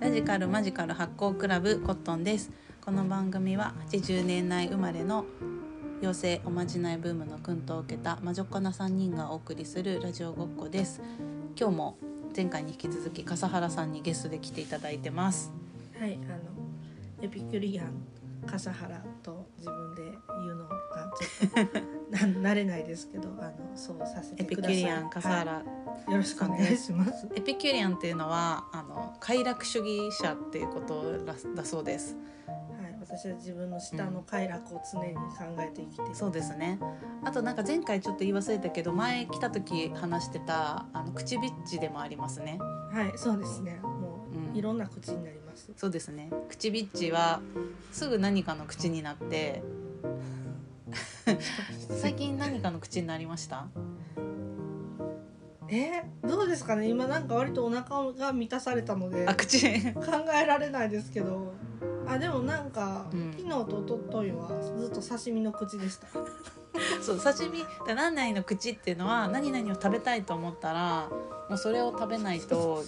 ラジカルマジカル発行クラブコットンですこの番組は80年代生まれの妖精おまじないブームの訓導を受けた魔女っ子な3人がお送りするラジオごっこです今日も前回に引き続き笠原さんにゲストで来ていただいてますはい、あのエピキュリアン笠原と自分で言うのがちょっとな慣れないですけど、あのそうさせてエピキください。ュリアン笠原、はよろしくお願いします。エピキュリアンっていうのはあの快楽主義者っていうことだだそうですはい、私は自分の下の快楽を常に考えて生きている、そうですねあとなんか前回ちょっと言い忘れたけど前来た時話してたあの口ビッチでもありますね、はい、そうですね。もうういん、ろんな口になります。そうですね口ビッチはすぐ何かの口になって 最近何かの口になりましたえー、どうですかね。今なんか割とお腹が満たされたのであ口考えられないですけど。あでもなんか、うん昨日と一昨日はずっと刺身の口でした。そう刺身だ何々の口っていうのは何々を食べたいと思ったらもうそれを食べない と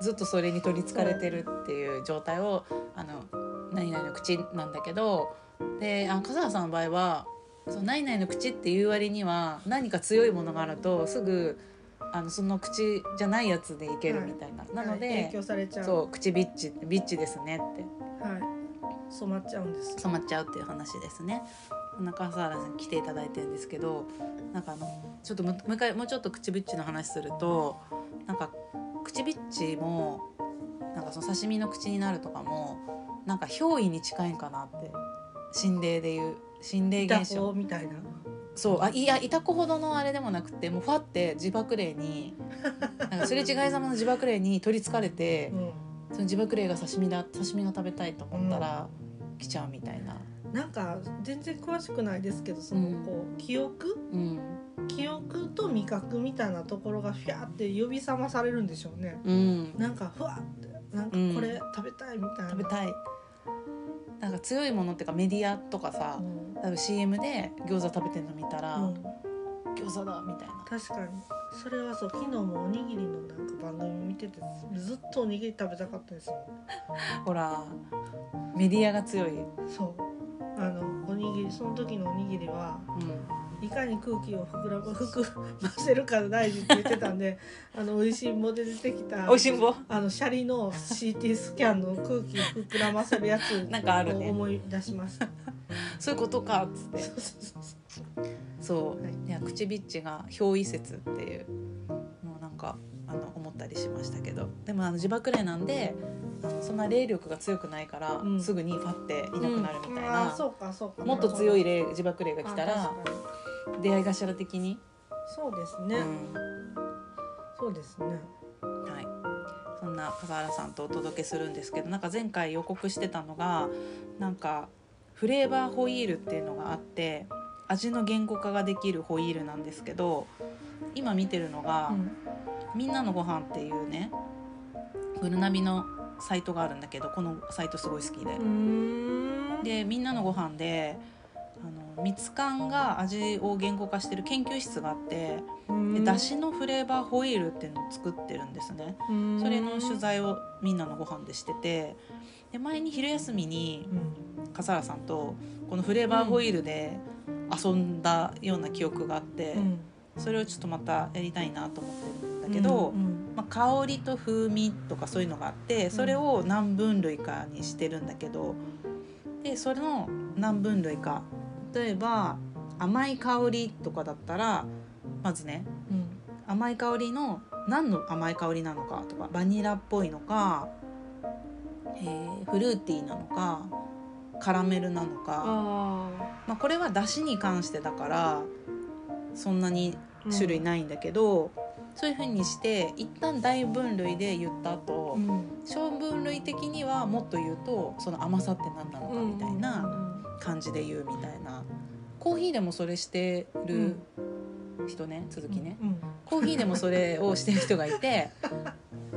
ずっとそれに取りつかれてるっていう状態をあの何々の口なんだけどであ笠原さんの場合はその何々の口っていう割には何か強いものがあるとすぐあのその口じゃないやつでいけるみたいな、なので、はい影響されちゃう。そう口ビッチビッチですねってはい、染まっちゃうんです。染まっちゃうっていう話ですね。中原さん来ていただいてるんですけど、なんかあのちょっとももう一回もうちょっと口ビッチの話すると、なんか口ビッチもなんかその刺身の口になるとかもなんか憑依に近いんかなって心霊でいう心霊痛現こ象。みたいな。そうあいやいた子ほどのあれでもなくてもうファって自爆霊になんかすれ違いざまの自爆霊に取りつかれて。うその自爆霊が刺身だ刺身が食べたいと思ったら、来ちゃうみたいな、ん、なんか全然詳しくないですけど、そのうんこう記憶、うん、記憶と味覚みたいなところがフィャーって呼び覚まされるんでしょうね。うん、なんかふわって、なんかこれ食べたいみたいな。食べたいなんか強いものっていうかメディアとかさう、ん多分 CM で餃子食べてるの見たら、うん餃子だみたいな確かにそれはそう昨日もおにぎりのなんか番組見ててずっとおにぎり食べたかったですよほらメディアが強い、うん、そうあのおにぎりその時のおにぎりははいかに空気を膨らま膨らませるかが大事って言ってた んであの美味しんぼで出てきたおいしんぼあのシャリの CT スキャンの空気を膨らませるやつなんかあるねを思い出し ました。そういうことかっつってそうそうそうそう、はいい、や口ビッチが憑依説っていうのをなんかあの思ったりしましたけどでもあの自爆霊なんであのそんな霊力が強くないから、うんすぐにファっていなくなるみたいうんあなー、そうかそうか。もっと強いが霊自爆霊が来たら出会い頭的に、そうですね、うんそうですね。はい、そんな笠原さんとお届けするんですけどなんか前回予告してたのがなんかフレーバーホイールっていうのがあって味の言語化ができるホイールなんですけど今見てるのが。うんみんなのご飯っていうねぐるなびのサイトがあるんだけどこのサイトすごい好きでう、ーん。でみんなのご飯であのミツカンが味を言語化してる研究室があってうでんだしのフレーバーホイールっていうのを作ってるんですねうんそれの取材をみんなのご飯でしててで前に昼休みにうん笠原さんとこのフレーバーホイールで遊んだような記憶があって、うんそれをちょっとまたやりたいなと思ってるんだけど、うんまあ、香りと風味とかそういうのがあってそれを何分類かにしてるんだけどでそれの何分類か例えば甘い香りとかだったらまずねうん甘い香りの何の甘い香りなのかとかバニラっぽいのか、えーフルーティーなのかカラメルなのかあまあ、これは出汁に関してだからそんなにー種類ないんだけど、そういう風にして一旦大分類で言った後、うん小分類的にはもっと言うとその甘さって何なのかみたいなな感じで言うみたいなコーヒーでもそれしてる人ね、続きね、うんコーヒーでもそれをしてる人がいて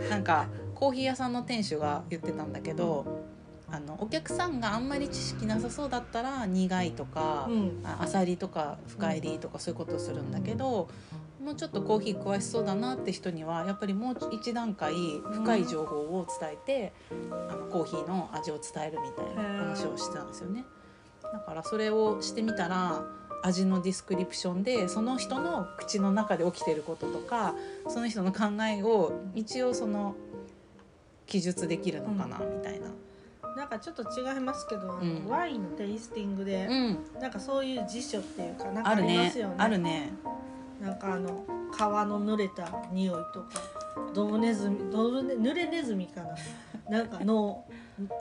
なんかコーヒー屋さんの店主が言ってたんだけどあのお客さんがあんまり知識なさそうだったら苦いとか。うんあアサリとか深入りとかそういうことをするんだけど、もうちょっとコーヒー詳しそうだなって人にはやっぱりもう一段階深い情報を伝えて、あのコーヒーの味を伝えるみたいな話をしてたんですよね。だからそれをしてみたら味のディスクリプションでその人の口の中で起きてることとかその人の考えを一応その記述できるのかなみたいな。なんかちょっと違いますけど、あのうんワインのテイスティングで、うん、なんかそういう辞書っていうかなんあかあるりまねすよねあるね。なんかあの皮の濡れた匂いとかドブネズミドブネ濡れネズミか ななんかの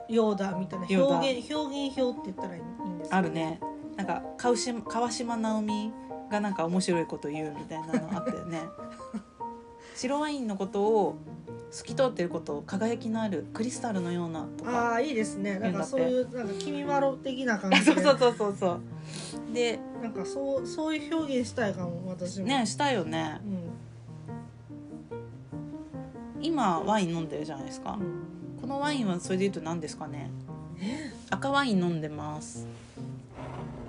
ようだみたいなようだ表現表現表って言ったらいいんですかあるねなんか川島川島直美がなんか面白いこと言うみたいなのあった よね白ワインのことを透き通ってることを輝きのあるクリスタルのようなとかああいいですねなんかそういうなんか「君まろ」的な感 そじうでそうそうそうそうでなんかそうそういう表現したいかも私もねしたいよねうん今ワイン飲んでるじゃないですかうんこのワインはそれで言うと何ですかね赤ワイン飲んでます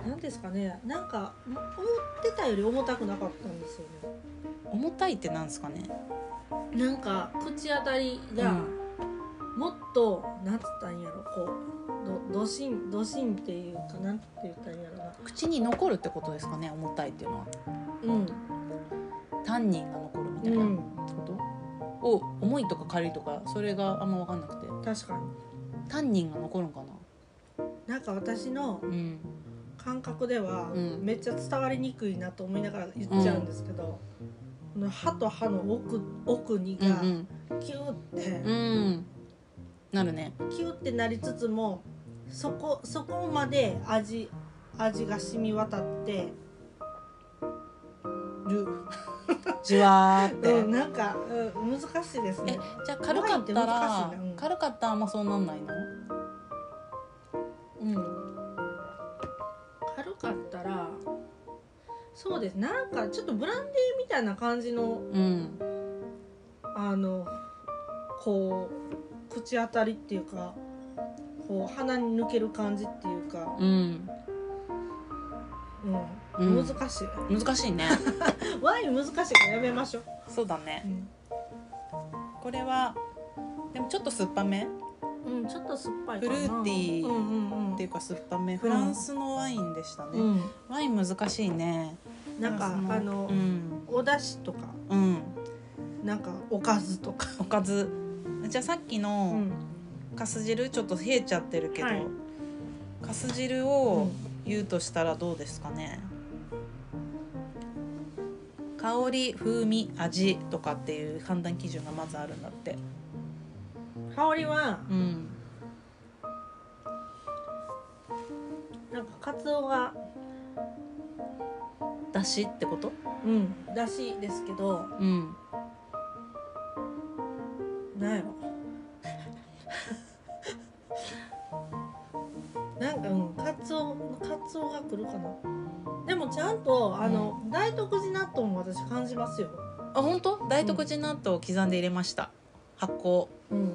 なんですかねなんか思ってたより重たくなかったんですよね重たいってなんですかねなんか口当たりが、うんもっとなんつったんやろこうどどしんどしんっていうかなんて言ったんやろな口に残るってことですかね重たいっていうのはうんタンニンが残るみたいな、ことを重いとか軽いとかそれがあんま分かんなくて確かにタンニンが残るんかななんか私のうん感覚では、うんめっちゃ伝わりにくいなと思いながら言っちゃうんですけど、この歯と歯の奥奥にうんがキューって、うんうんなるねキューってなりつつもそこそこまで味味が染み渡ってる、じわーって、うん、なんか、うん、難しいですねじゃあ軽かったワインらって難しいなうん軽かったらあんまそうなんないのうん、軽かったらそうですなんかちょっとブランデーみたいな感じのうんあのこう口当たりっていうかこう鼻に抜ける感じっていうか、うん、ううんん、難しい難しい ねワイン難しいからやめましょう、そうだねうんこれはでもちょっと酸っぱめうんちょっと酸っぱいフルーティーうんうんうんっていうか酸っぱめフランスのワインでしたね、うん、ワイン難しいねなんかフランスあの、うん、お出汁とかうん、なんかおかずとか、おかずじゃあさっきの、うんかす汁ちょっと冷えちゃってるけど、はいかす汁を言うとしたらどうですかね、香り風味味とかっていう判断基準がまずあるんだって香りはうんなんかカツオがだしってことうん、だしですけどうんなんやろ なんかうんカツオカツオが来るかなでもちゃんとあの、大徳寺納豆も私感じますよ、あ本当大徳寺納豆を刻んで入れました発酵うん、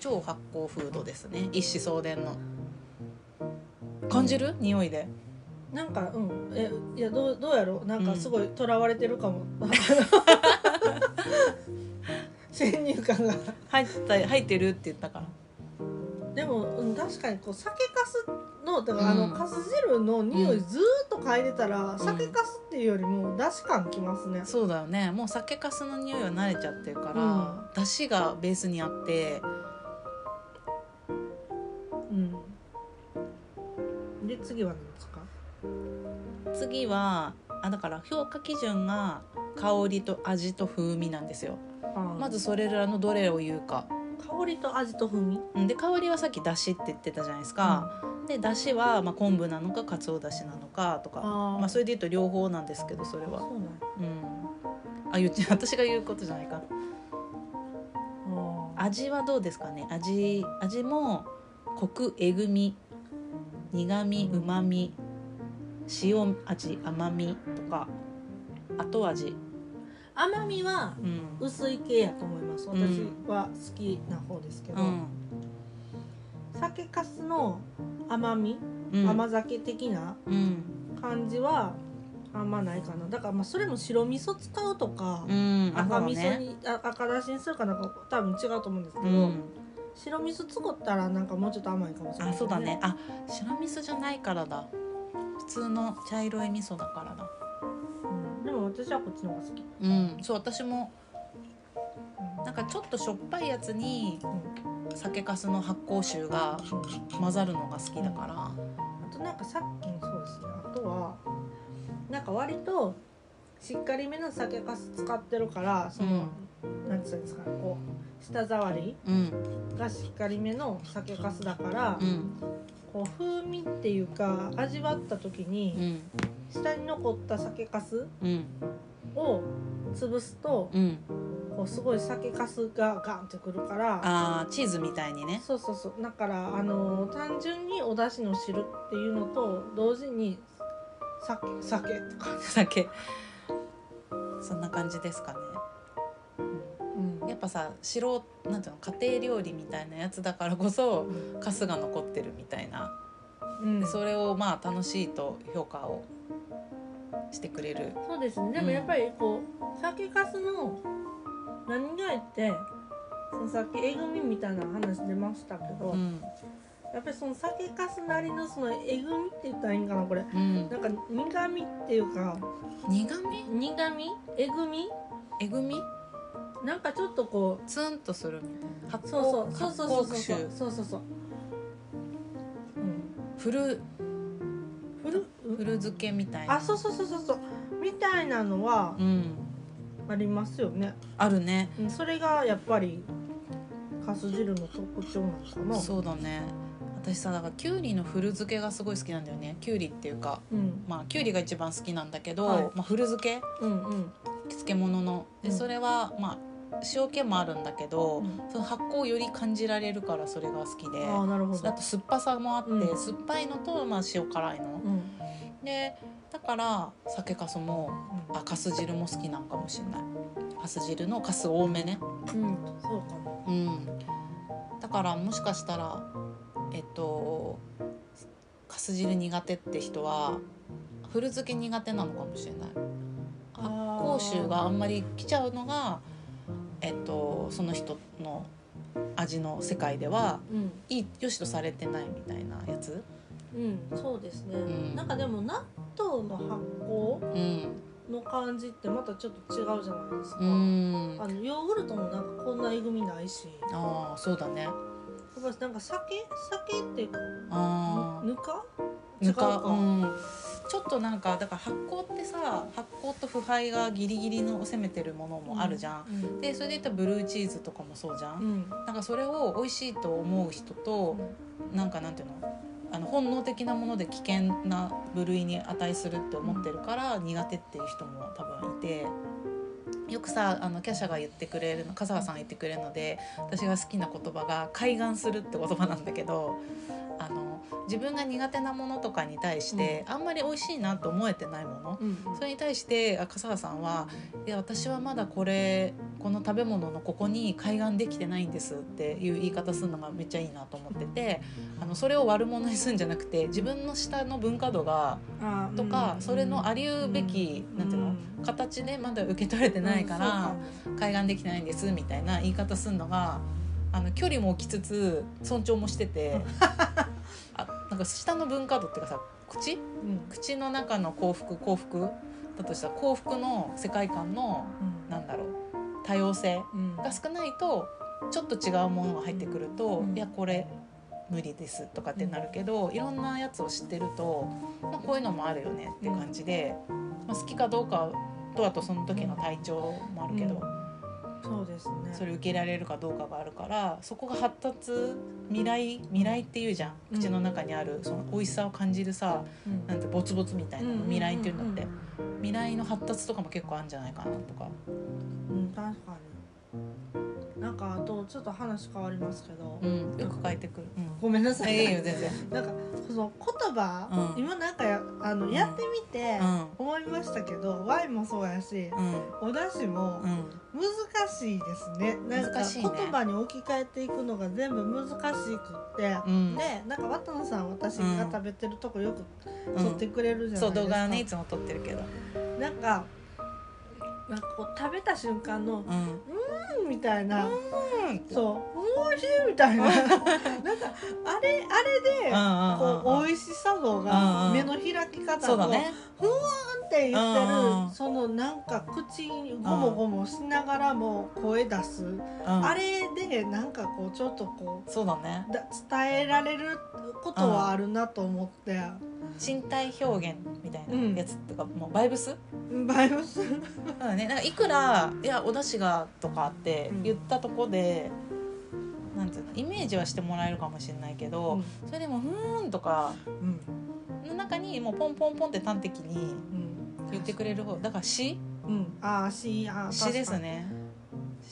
超発酵フードですね一子相伝の感じる、匂いでなんかうんえいやどうどうやろうなんかうんすごいとらわれてるか も、先入観が入った入ってるって言ったからでも、うん、確かにこう酒かすのだからあの、うんかす汁の匂いずーっと嗅いでたら、ん酒かすっていうよりもだし感きますね、そうだよねもう酒かすの匂いは慣れちゃってるから、うん出汁がベースにあってうん、で次は何ですか次はあだから評価基準が香りと味と風味なんですよままずずそれらのどれを言うか香りと味と風味うんで香りはさっき出汁って言ってたじゃないですか、で出汁はまあ昆布なのか鰹だしなのかとかあーまあそれで言うと両方なんですけどそれはそうなんやうんあ言っちゃ私が言うことじゃないかあ味はどうですかね味味もコクえぐみ苦みうまみ塩味甘みとか後味甘みはうん、薄い系やと思いますん私は好きな方ですけど、うん酒かすの甘み、うん、甘酒的なうん感じはあんまないかなだからまあそれも白味噌使うとか、うん赤味そうだ噌ねに、あ赤だしにするかなんか多分違うと思うんですけうど、ん白味噌作ったらなんかもうちょっと甘いかもしれない、あそうだねあ白味噌じゃないからだ普通の茶色い味噌だからだうんでも私はこっちの方が好き、うんそう私もうんなんかちょっとしょっぱいやつにうん酒粕の発酵臭が混ざるのが好きだからあとなんかさっきもそうですねあとはなんか割としっかりめの酒粕使ってるからその、なんて言うんですかねこう舌触りうんがしっかりめの酒粕だから、うんこう風味っていうか味わった時うにん下に残った酒粕うんを潰すとうんこうすごい酒粕がガンってくるからあーチーズみたいにねそうそうそうだからあのー単純にお出汁の汁っていうのと同時に酒酒とか、 酒そんな感じですかねうんやっぱさ白なんていうの家庭料理みたいなやつだからこそうカスが残ってるみたいなうんでそそれをまあ楽しいと評価をしてくれるうですねでもやっぱりこう酒粕の何がいってそのさっきえぐみみたいな話出ましたけど、うんやっぱりその酒粕なりのそのえぐみって言ったらいいんかなこれうんなんか苦みっていうか苦味苦みえぐみえぐみなんかちょっとこうツンとするみたいな発そうそう酵そう発そうそう酵そう臭そうそうそううんフルふるフル漬けみたいなあそうそうそうそうそうみたいなのはうんありますよね、あるねうん、それがやっぱりかす汁の特徴なのかなそうだね私さだからきゅうりのフル漬けがすごい好きなんだよねきゅうりっていうかうんまあきゅうりが一番好きなんだけど、はいまあ、フル漬けうんうん漬物のでうんそれはまあ塩気もあるんだけど、うんその発酵をより感じられるからそれが好きでああなるほあどと酸っぱさもあって、うん酸っぱいのと、まあ、塩辛いのう、んでだから酒粕もあかす汁も好きなんかもしれないかす汁のかす多めねうん、うん、そうかもうんだからもしかしたらえっとかす汁苦手って人は古漬け苦手なのかもしれない発酵臭があんまり来ちゃうのがえっとその人の味の世界ではうんいい良しとされてないみたいなやつうんそうですね、んなんかでも納豆の発酵うんの感じってまたちょっと違うじゃないですか、うんあのヨーグルトもなんかこんなえぐみないしやああそうだねっぱりなんか酒酒っていうかああぬぬか違ぬうかか、うん、ちょっとなんかだから発酵ってさ発酵と腐敗がギリギリの攻めてるものもあるじゃん、うんでそれで言ったらブルーチーズとかもそうじゃ、うんんなんかそれを美味しいと思う人と、なんかなんていうのあの本能的なもので危険な部類に値するって思ってるから苦手っていう人も多分いて。よくさあのキャシャが言ってくれるの笠原さんが言ってくれるので私が好きな言葉が「開眼する」って言葉なんだけどあの自分が苦手なものとかに対して、あんまり美味しいなと思えてないものうんそれに対してあ笠原さんは「いや私はまだこれこの食べ物のここに開眼できてないんです」っていう言い方するのがめっちゃいいなと思っててあのそれを悪者にするんじゃなくて自分の下の文化度があーとか、うんそれのありうべき、なんていうのん形でまだ受け取れてないから、開眼できてないんですみたいな言い方するのがあの距離も置きつつ尊重もしててあなんか下の文化度っていうかさ口うんうん口の中の幸福幸福だとしたら幸福の世界観のうんなんだろう多様性うんが少ないとちょっと違うものが入ってくると、うんいやこれ無理ですとかってなるけど、いろんなやつを知ってると、まあ、こういうのもあるよねって感じで、まあ、好きかどうかとあとその時の体調もあるけど、そうですねそれ受け入れられるかどうかがあるからそこが発達未来未来っていうじゃんうん口の中にあるその美味しさを感じるさうんなんてボツボツみたいなうんの未来っていうんだってう未来の発達とかも結構あるんじゃないかなとか。うん確かになんかあとちょっと話変わりますけどうん、よく書いてくる。うん ごめんなさいいやいいよ全然。なんかその言葉、うん今なんかやあの、うんやってみて うん思いましたけど、ワインもそうやし、うんお出汁もうん難しいですね。なんか難しいね言葉に置き換えていくのが全部難しくって。うんでなんか綿野さん私が食べてるとこよく撮ってくれるじゃないですか、そう動画はねいつも撮ってるけどなんかなんかこう食べた瞬間のうん「うん」みたいな、うんそう「美味しい」みたいななんかあれあれで、こうい美味しさ度うんがうん目の開きそ方うだのねって言ってる、うんうんそのなんか口にゴモゴモしながらも声出す、うんあれでなんかこうちょっとこそうだねうだ伝えられることはあるなと思って、身体表現みたいなやつとかもうバイブスバイオスそうだね、なんかいくら「いやお出汁が」とかって言ったとこで、なんていうのイメージはしてもらえるかもしれないけど、それでも「ふーん」とかうんの中にもうポンポンポンって端的にうん言ってくれる方だから詩うんあー詩あー詩です確かにね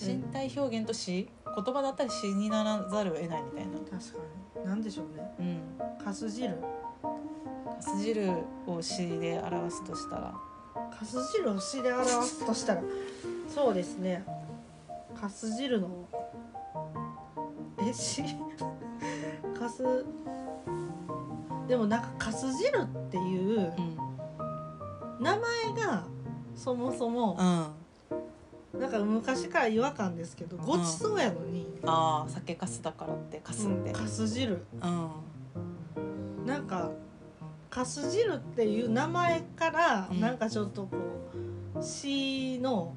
うん身体表現と詩言葉だったら詩にならざるを得ないみたいな確かに何でしょうねうんかす汁かす汁を詩で表すとしたらかす汁を詩で表すとしたらそうですねかす汁のえ詩 かすでもなんかかす汁っていううん名前がそもそもあなんか昔から違和感ですけどごちそうやのに、あー酒かすだからってかすってかす汁うんなんかかす汁っていう名前からうんなんかちょっとこう詩の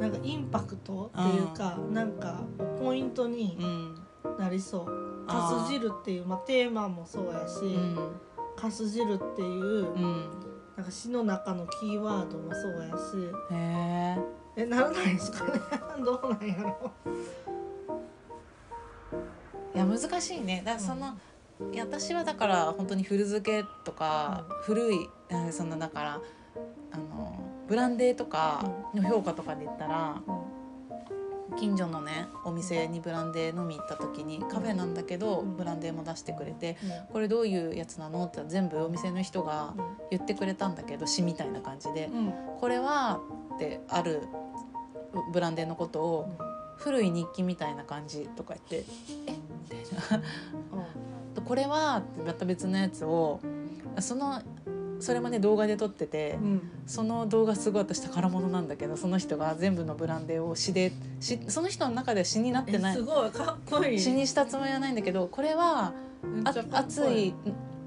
なんかインパクトっていうかなんかポイントにうんなりそう。あーかす汁っていう、まあ、テーマもそうやし、うんかす汁っていううんなんか詩の中のキーワードもそうやしへええならないですかねどうなんやろいや難しいねだからその、いや私はだから本当に古漬けとか、古いあそのだからあのブランデーとかの評価とかで言ったら、近所のねお店にブランデー飲み行った時にカフェなんだけど、うんブランデーも出してくれて。うんこれどういうやつなのって全部お店の人がうん言ってくれたんだけど詩みたいな感じでうん「これは」ってあるブランデーのことを「古い日記みたいな感じ」とか言って「えみたいなとこれはまた別のやつをそのそれもね動画で撮ってて、うんその動画すごい私宝物なんだけどその人が全部のブランデーを詩で詩その人の中では詩になってえないすごいかっこいい詩にしたつもりはないんだけどこれはめっちあゃかっこ熱い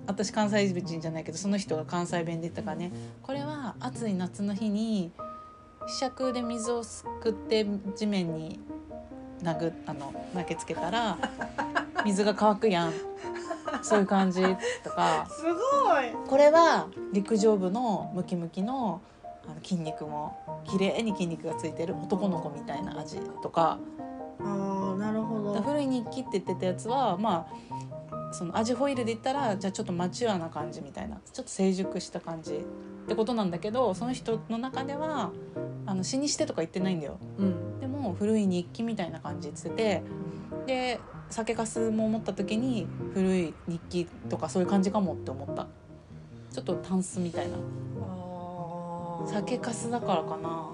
私関西人じゃないけどその人が関西弁で言ったからねこれは暑い夏の日に試着で水をすくって地面に殴っあの投げつけた ら水が乾くやんそういう感じとかすごいこれは陸上部のムキムキのあの筋肉も綺麗に筋肉がついてる男の子みたいな味とかああなるだほからど。古い日記って言ってたやつはまあそのアジホイールで言ったらじゃあちょっとマチュアな感じみたいなちょっと成熟した感じってことなんだけどその人の中ではあの死にしてとか言ってないんだようん。でも古い日記みたいな感じって言っててで酒かすも思った時に古い日記とかそういう感じかもって思ったちょっとタンスみたいなああ。酒かすだからかな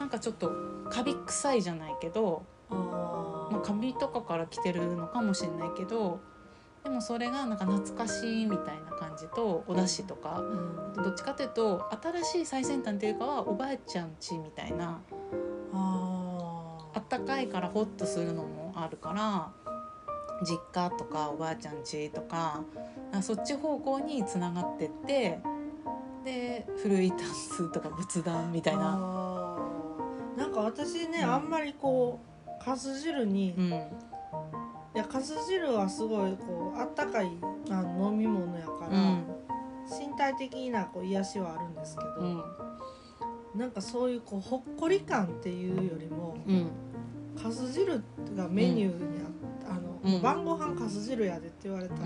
なんかちょっとカビ臭いじゃないけどあまあ、紙とかから来てるのかもしれないけどでもそれがなんか懐かしいみたいな感じとお出汁とかあ。どっちかというと新しい最先端というかはおばあちゃん家みたいなああったかいからホッとするのもあるから実家とかおばあちゃん家とかなんかそっち方向につながってってで古いタンスとか仏壇みたいな。あー。なんか私ね、うんあんまりこうかす汁に、ういん、やかす汁はすごいこうあったかいあの飲み物やから、うん身体的なこう癒しはあるんですけうど、んなんかそういうこうほっこり感っていうよりも、うんかす汁がメニューにあ,、あのうん晩ご飯かす汁やでって言われたら、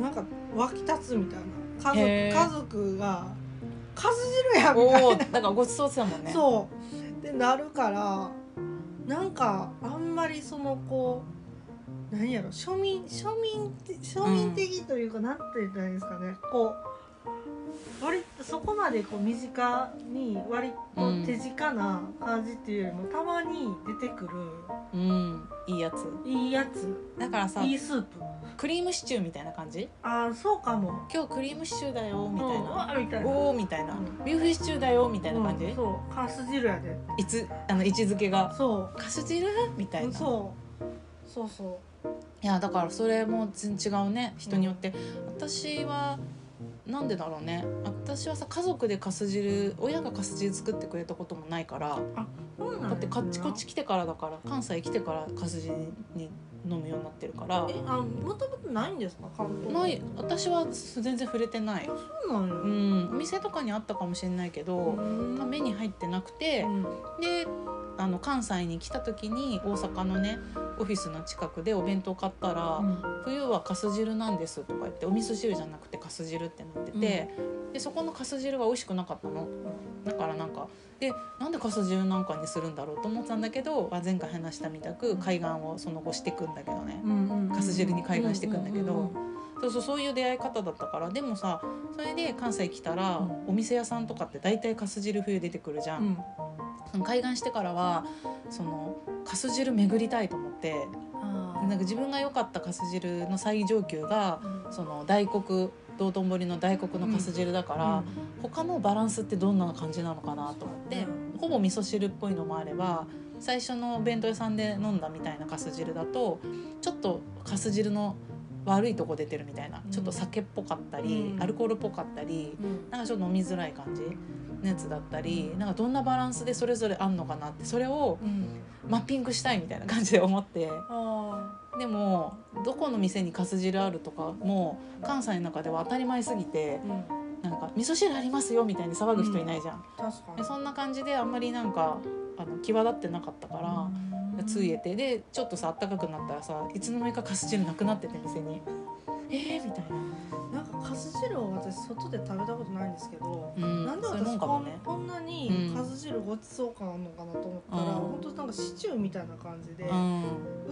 なんか沸き立つみたいな家へー族家族が「かす汁や!」みたいおおだからごちそうさまな、ね。そうってなるからなんかあんまりそのこう何やろ庶民庶民的庶民的というか、なんて言ったらいいんですかねこう割とそこまでこう身近に割と手近な感じっていうよりも、たまに出てくるうんいいやついいやつだからさいいスープクリームシチューみたいな感じああそうかも今日クリームシチューだよみたいうんうな、わみたいなおおみたいな、うんビーフシチューだよみたいな感じ、うんそうカス汁やでいつあの位置づけがそカス汁みたいうなそうそうそいやだからそれも全然違うね人によって、私はなんでだろうね私はさ家族でかす汁親がかす汁作ってくれたこともないからうそうなだっんてですカねッチコチ来てからだから関西来てからかす汁に飲むようになってるからえあもともとないんですか関東ない私は全然触れてない、そうなんやうん、お店とかにあったかもしれないけど、うん目に入ってなくてう、んであの関西に来た時に大阪のねオフィスの近くでお弁当買ったら、冬はかす汁なんですとか言ってお味噌汁じゃなくてかす汁ってなってて、でそこのかす汁が美味しくなかったのだからなんかでなんでかす汁なんかにするんだろうと思ってたんだけど、まあ、前回話したみたく海岸をその後してくんだけどね、うんかす汁に開眼してくんだけどううそうそうそういう出会い方だったからでもさそれで関西来たら、お店屋さんとかって大体かす汁冬出てくるじゃうんん、その海岸してからはそのかす汁巡りたいと思ってあなんーか自分が良かったかす汁の最上級がうんその大黒道頓堀の大黒のかす汁だから、他のバランスってどんな感じなのかなと思って、うほぼ味噌汁っぽいのもあれば最初のお弁当屋さんで飲んだみたいなかす汁だとちょっとかす汁の悪いとこ出てるみたいな、うんちょっと酒っぽかったり、うんアルコールっぽかったりうんうんなんかちょっと飲みづらい感じのやつだったりなんかどんなバランスでそれぞれあんのかなってそれをうんマッピングしたいみたいな感じで思って。あでもどこの店にかす汁あるとかもう関西の中では当たり前すぎてーうなんんか味噌汁ありますよみたいに騒ぐ人いないじゃん、確かでそんな感じであんまりなんかあの際立ってなかったかにら、ついえてでちょっとさあったかくなったらさいつの間にかかす汁なくなってて店にえー、みたいな、なんかカス汁を私外で食べたことないんですけど、うん、なんでそういうも私んかこもん,、ねこんなうにんカス汁ごちそう感あんのかなと思ったら、うん本当なんかシチューみたいな感じで、ううん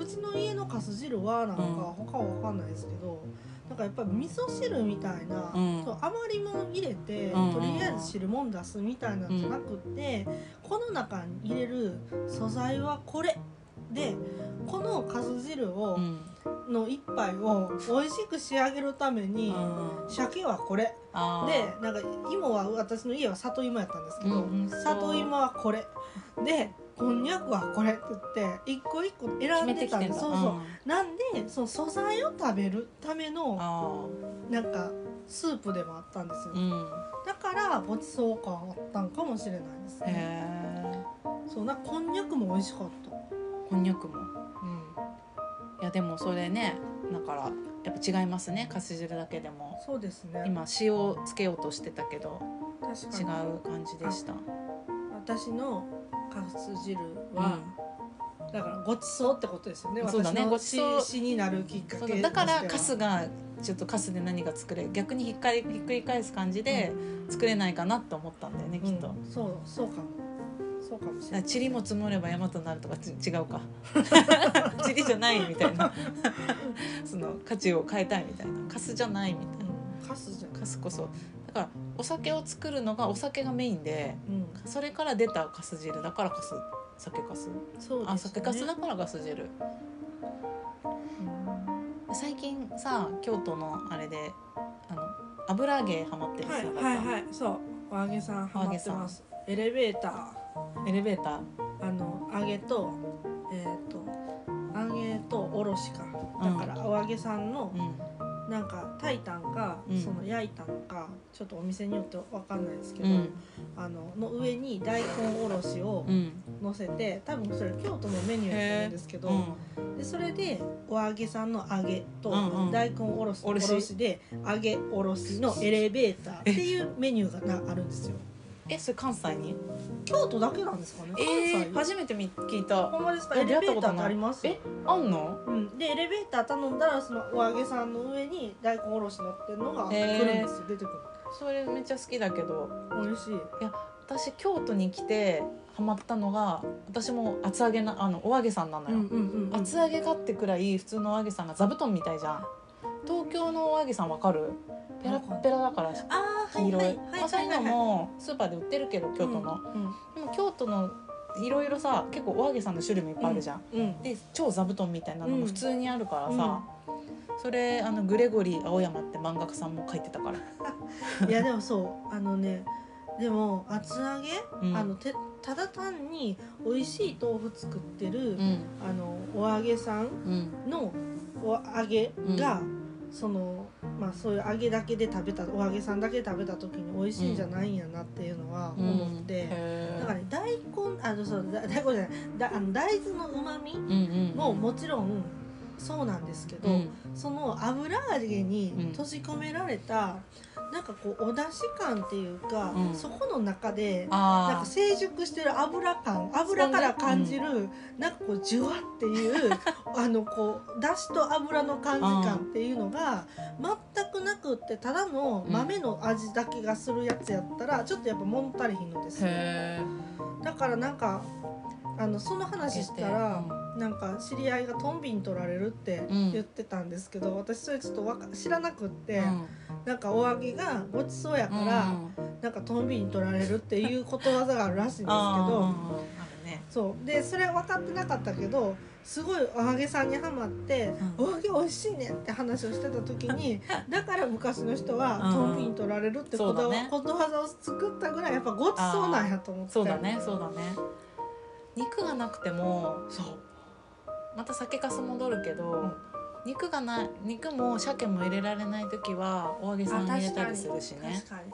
ちの家のカス汁はなんかうん他は分かんないですけどなんかやっぱり味噌汁みたいな、うんそう余り物入れて、うんとりあえず汁もん出すみたいなんじゃなくって、この中に入れる素材はこれでこのカス汁を、うんの一杯を美味しく仕上げるために、うん鮭はこれあーでなんか芋は私の家は里芋やったんですけど、うんうんそう里芋はこれでこんにゃくはこれって言って一個一個決選めんてできたんてんでだすそうそう、なんでその素材を食べるためうんのあなんかスープでもあったんですよ、ーうんだからごちそう感あったんかもしれないですへねえそうなんかこんにゃくも美味しかったこんにゃくもうんいやでもそれねだからやっぱ違いますねかす汁だけでもそうですね今塩をつけようとしてたけど確か違うに感じでした私のカス汁は、だからごちそうってことですよね。そうだね私のごちそう死死になるきっかけそとしうてだからはカスがちょっとカスで何が作れ逆にひっかりひっくり返す感じで作れないかなと思ったんだよねきっと。うんそうそうかもそうかもしれない。ちりも積もれば山となるとかち違 うかちりじゃないみたいな その価値を変えたいみたいなカスじゃないみたいなカスじゃん。カスこそだからお酒を作るのがお酒がメインでうんそれから出たかす汁だからかす酒かすそうですね。あ酒かすだからガス汁うん。最近さ京都のあれであの油揚げハマってるはい姿はいはいそう。お揚げさんハマってます。エレベーターエレベーターあの揚げとえっ、と揚げとおろしか。だからお揚げさんのうんなんか炊いたんか、うんその焼いたんかちょっとお店によってわかんないですけうど、んあのの上に大根おろしをうん乗せて多分それ京都のメニューだと思うんですけど、うんでそれでお揚げさんの揚げと、うんうん大根おろしおおろろししで揚げおろしのエレベーターっていうメニューがなあるんですよえそれ関西に京都だけなんですかね関西えー、初めてみ聞いたほんまですかいやエレベー出会ったこタとーっなていありますえあんのうん、でエレベーター頼んだらそのお揚げさんの上に大根おろし乗ってるのが来るんですよ、出てくそれめっちゃ好きだけどる美味しい私京都に来てハマったのが私も厚揚げなあのお揚げさんなのよ、うんうん厚揚げかってくらい普通のお揚げさんが座布団みたいじゃん東京のお揚げさんわかるペラッペラだからあーは黄い色はいい、まあ、そういうのもスーパーで売ってるけど京都の、うんでも京都のいろいろさ結構お揚げさんの種類もいっぱいあるじゃん、うんで超座布団みたいなのうんも普通にあるからさ、それあのグレゴリー青山って漫画家さんも書いてたからいやでもそうあのねでも厚揚げ、うんあのてただ単に美味しい豆腐作ってうる、んあのお揚げさんうんのお揚げが、そのまあそういう揚げだけで食べたお揚げさんだけで食べた時に美味しいんじゃないんやなっていうのは思って、だから、ね、大根あのそうだ大根じゃないだあの大豆のうまみうんうん、ももちろんそうなんですけど、うんその油揚げにうん閉じ込められた、なんかこうお出汁感っていうか、うんそこの中でなんあか成熟してる油感油から感じる、なんかこうジュワっていう あのこう出汁と油の感じ感っていうのが全くなくってただの豆の味だけがするやつやったらちょっとやっぱ物足りひんのですーよへえだからなんかあのその話したら受けて、なんか知り合いがトンビに取られるってうん言ってたんですけど、私それちょっとわか知らなくって、なんかお揚げがごちそうやから、なんかトンビに取られるっていうことわざがあるらしいんですけどそうでそれ分かってなかったけどすごいお揚げさんにはまって「うんお揚げ美味しいね」って話をしてた時に だから昔の人はうんトンビに取られるってこそと,、うだねことわざを作ったぐらいやっぱごちそうなんやと思ってそうだねそうだね肉がなくてもそうまた酒粕戻るけど肉がない肉も鮭も入れられない時はお揚げさんあ入れた確かりにするしね確かに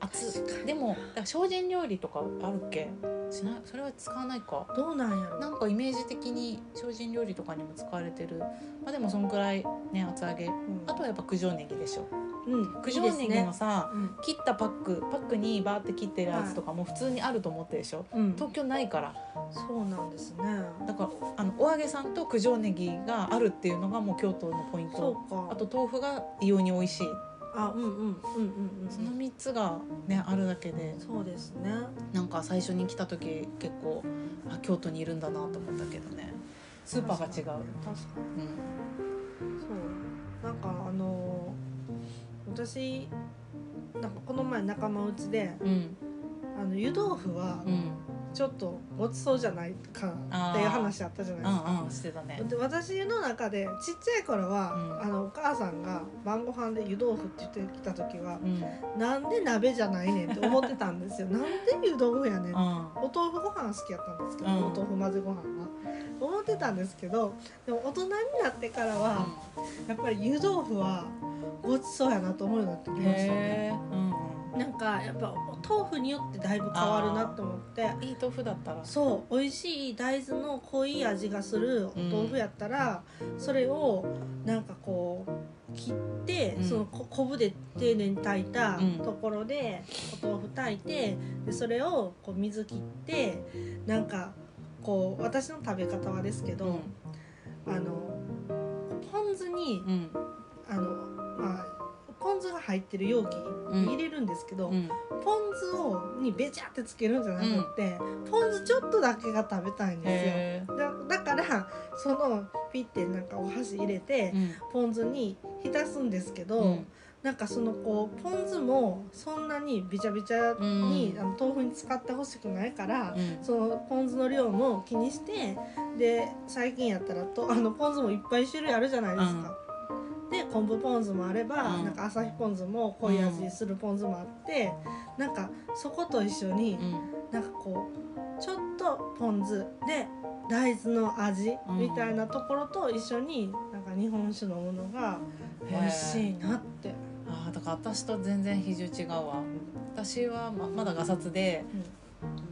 熱確かにでもだから精進料理とかあるっけしないそれは使わないかどうなんやろなんかイメージ的に精進料理とかにも使われてるまあでもそんくらいね厚揚げうんあとはやっぱ九条ネギでしょうん九条ネギのいいですねさうん切ったパックパックにバーって切ってるやつとかも普通にあると思ってるでしょうん東京ないからそうなんですねだからあのお揚げさんと九条ネギがあるっていうのがもう京都のポインそうトかあと豆腐が異様に美味しいあうんうんうんうんうんその3つがねあるだけでそうですねなんか最初に来た時結構あ京都にいるんだなと思ったけどねスーパーが違う、確うかにん、そうなんかあのー私なんかこの前仲間内でうんあの湯豆腐はうんちょっとごちそうじゃないかっていう話あったじゃないですかうんうんしてたねで私の中でちっちゃい頃は、うんあのお母さんが晩ご飯で湯豆腐って言ってきた時はうんうんなんで鍋じゃないねんって思ってたんですよなんで湯豆腐やねんってあお豆腐ご飯好きやったんですけど、うんお豆腐混ぜご飯は思ってたんですけどでも大人になってからは、やっぱり湯豆腐はごちそうやなと思うようになってきましたへねえうんなんかやっぱお豆腐によってだいぶ変わるなと思ってうんいい豆腐だったらそう美味しい大豆の濃い味がするお豆腐やったら、それをなんかこう切って、うんそのこ昆布で丁寧に炊いたうんところで、お豆腐炊いてでそれをこう水切ってなんかこう私の食べ方はですけど、あのポン酢にうんあの、まあ、ポン酢が入ってる容器に入れるんですけど、うんポン酢をにべちゃってつけるんじゃなくって、ポン酢ちょっとだけが食べたいんですよ。へだだからそのピッてなんかお箸入れて、えうんポン酢に浸すんですけど、うんなんかそのこうポン酢もそんなにびちゃびちゃに、うんあの豆腐に使ってほしくないから、うんそのポン酢の量も気にしてで最近やったらとあのポン酢もいっぱい種類あるじゃないですか。で昆布ポン酢もあれば、うんなんか朝日ポン酢も濃い味するポン酢もあって、なんかそこと一緒にうんなんかこうちょっとポン酢で大豆の味うんみたいなところと一緒になんか日本酒のものが美味しいなって、あーだから私と全然比重違うわ私はままだがさつで、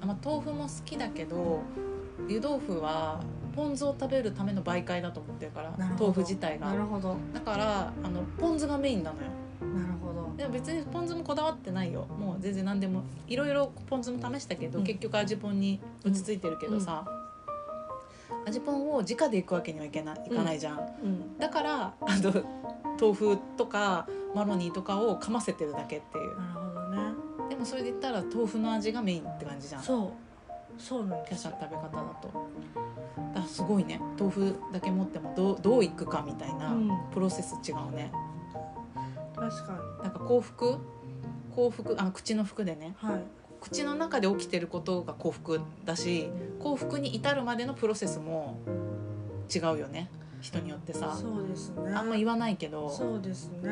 あまあ、豆腐も好きだけど湯豆腐はポン酢を食べるための媒介だと思ってるからなるほど豆腐自体なるがほどだからあのポン酢がメインなのよなるほどでも別にポン酢もこだわってないよもう全然何でもいろいろポン酢も試したけど、うん結局味ポンに落ち着いてるけどさ、味ポンを直で行くわけにはいけないいかないじゃん、うんだからあの豆腐とかマロニーとかをかませてるだけっていうなるほどねでもそれで言ったら豆腐の味がメインって感じじゃんキャそうそうなんですシャよの食べ方だとだすごいね豆腐だけ持ってもどうどういくかみたいなうんプロセス違うね、確かなんか幸福幸福あ口の服でねはい口の中で起きてることが幸福だし幸福に至るまでのプロセスも違うよね人によってさそうですねあんま言わないけどそうですね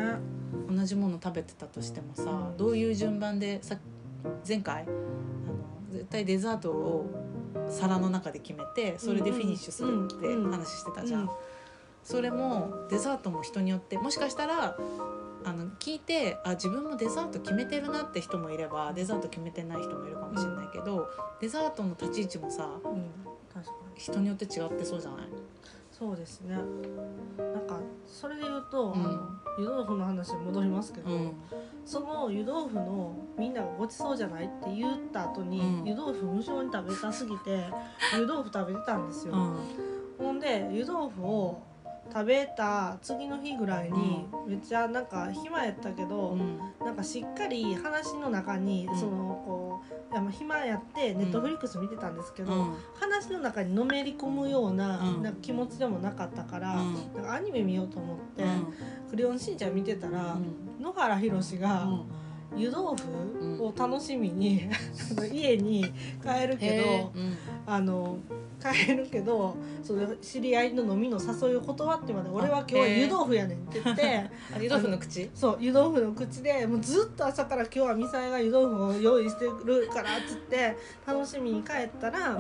同じもの食べてたとしてもさどういう順番でさ前回あの絶対デザートを皿の中で決めてそれでフィニッシュするってうんうん話してたじゃん、うんそれもデザートも人によってもしかしたらあの聞いてあ自分もデザート決めてるなって人もいればデザート決めてない人もいるかもしれないけどデザートの立ち位置もさうん確かに人によって違ってそうじゃないそうですねなんかそれで言うと、うんあの湯豆腐の話に戻りますけど、うんその湯豆腐のみんながごちそうじゃないって言った後に、うん湯豆腐無性に食べたすぎ て湯豆腐食べてたんですうよ、んほんで湯豆腐を食べた次の日ぐらいに、めっちゃなんか暇やったけど、うんなんかしっかり話の中に、うんそのこういやまあ暇やってネットフリックス見てたんですけど、うん話の中にのめり込むような,、うんなんか気持ちでもなかったから、うんなんかアニメ見ようと思って「クレヨンしんちゃん」見てたら、うん野原ひろしが湯豆腐を楽しみに、あの家に帰るけどへーうんあの帰るけどその知り合いの飲みの誘いを断ってまで「俺は今日は湯豆腐やねん」って言って。あ湯豆腐の口そう湯豆腐の口でもうずっと朝から今日はミサイが湯豆腐を用意してるからっつって楽しみに帰ったら、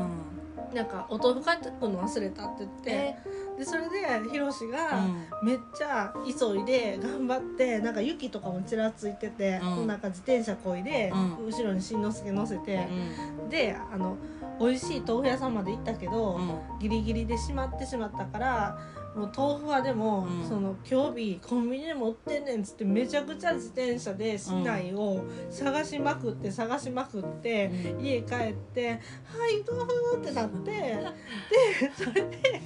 なんかお豆腐買ってくるの忘れたって言って、でそれでひろしが、めっちゃ急いで頑張ってなんか雪とかもちらついてて、うんなんか自転車こいで、うん後ろにしんのすけ乗せて、であの美味しい豆腐屋さんまで行ったけど、ギリギリでしまってしまったからもう豆腐はでも、うんその今日日コンビニでも売ってんねんっつってめちゃくちゃ自転車で市内を探しまくって探しまくって、家帰って「はい豆腐!」って なってでそれで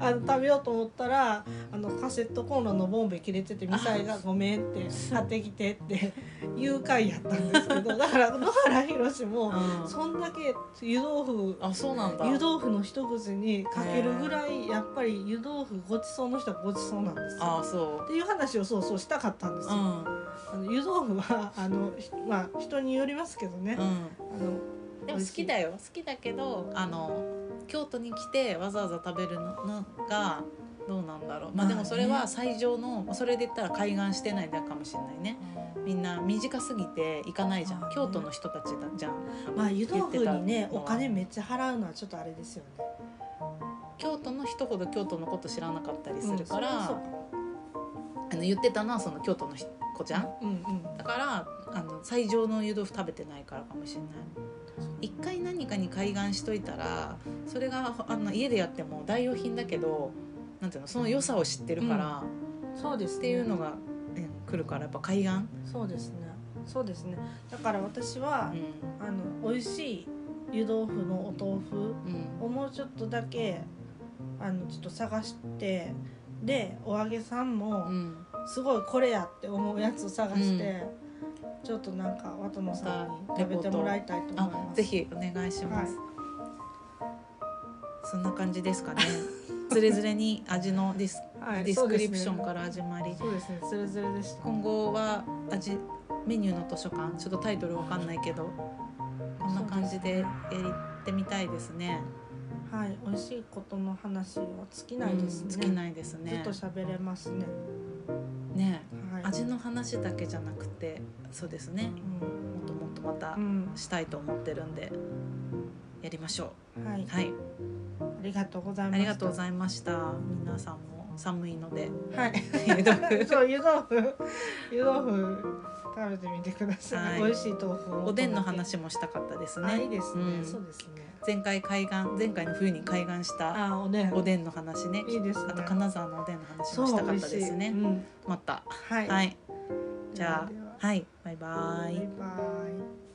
あの食べようと思ったらあのカセットコンロのボンベ切れててミサイが「ごめん」って「買ってきて」っていう回やったんですけどだから野原ひろしもそんだけ湯豆腐あそうなんだ湯豆腐の一口にかけるぐらいやっぱり湯豆腐ごちそうの人はごちそうなんですよ。あそっていう話をそうそうしたかったんですううよ。んあの湯豆腐はあのひまあ人によりますけどね。うあんのでも好きだよ好きだけどあの京都に来てわざわざ食べるのがどうなんだろうまあでもそれは最上のそれで言ったら海岸してないだかもしれないねみんな短すぎて行かないじゃん京都の人たちだじゃんまあ湯豆腐に言ねってたのおは金めっちゃ払うのはちょっとあれですよね。京都の人ほど京都のこと知らなかったりするから、うんそうあの言ってたのはその京都のひ子ちゃんうんうん。だからあの最上の湯豆腐食べてないからかもしれない一回何かに開眼しといたらそれがあの家でやっても代用品だけどなんていうのその良さを知ってるから、そうです、ね。っていうのが、ね、来るからやっぱ開眼、うんそうですね。そうですね。だから私は、あの美味しい湯豆腐のお豆腐うんをもうちょっとだけあのちょっと探してでお揚げさんうもん、すごいこれやって思うやつを探して、ちょっとなんか渡野さんに食べてもらいたいと思いあます。ぜひお願いします、そんな感じですかねつれづれに味のディスはい、ディスクリプションらから始まり、そうですねそれぞれでした。今後は味メニューの図書館ちょっとタイトルわかんないけどこんな感じでやってみたいですね。はい美味しいことの話は尽きないですうんね。尽きないですずっねと。喋れますね。ねはい。味の話だけじゃなくてそうですねうもっともっとまたん、したいと思ってるんでやりましょ。、うん、はいうはいありがとうございまあした。りがとうございました皆さんも寒いのではい。湯豆腐 そう湯豆腐湯豆腐食べてみてください。はい美味しい豆腐を求めておでんの話もしたかったですあいいね。ですね、うんそうですね。前回海岸前回の冬に海岸したあおでんおでんの話ねいいですね。あと金沢のおでんの話もしたかったですねそう。美味しいうんまた。はい。はい。じゃではではあ、はい。バイバイ。バイバイ。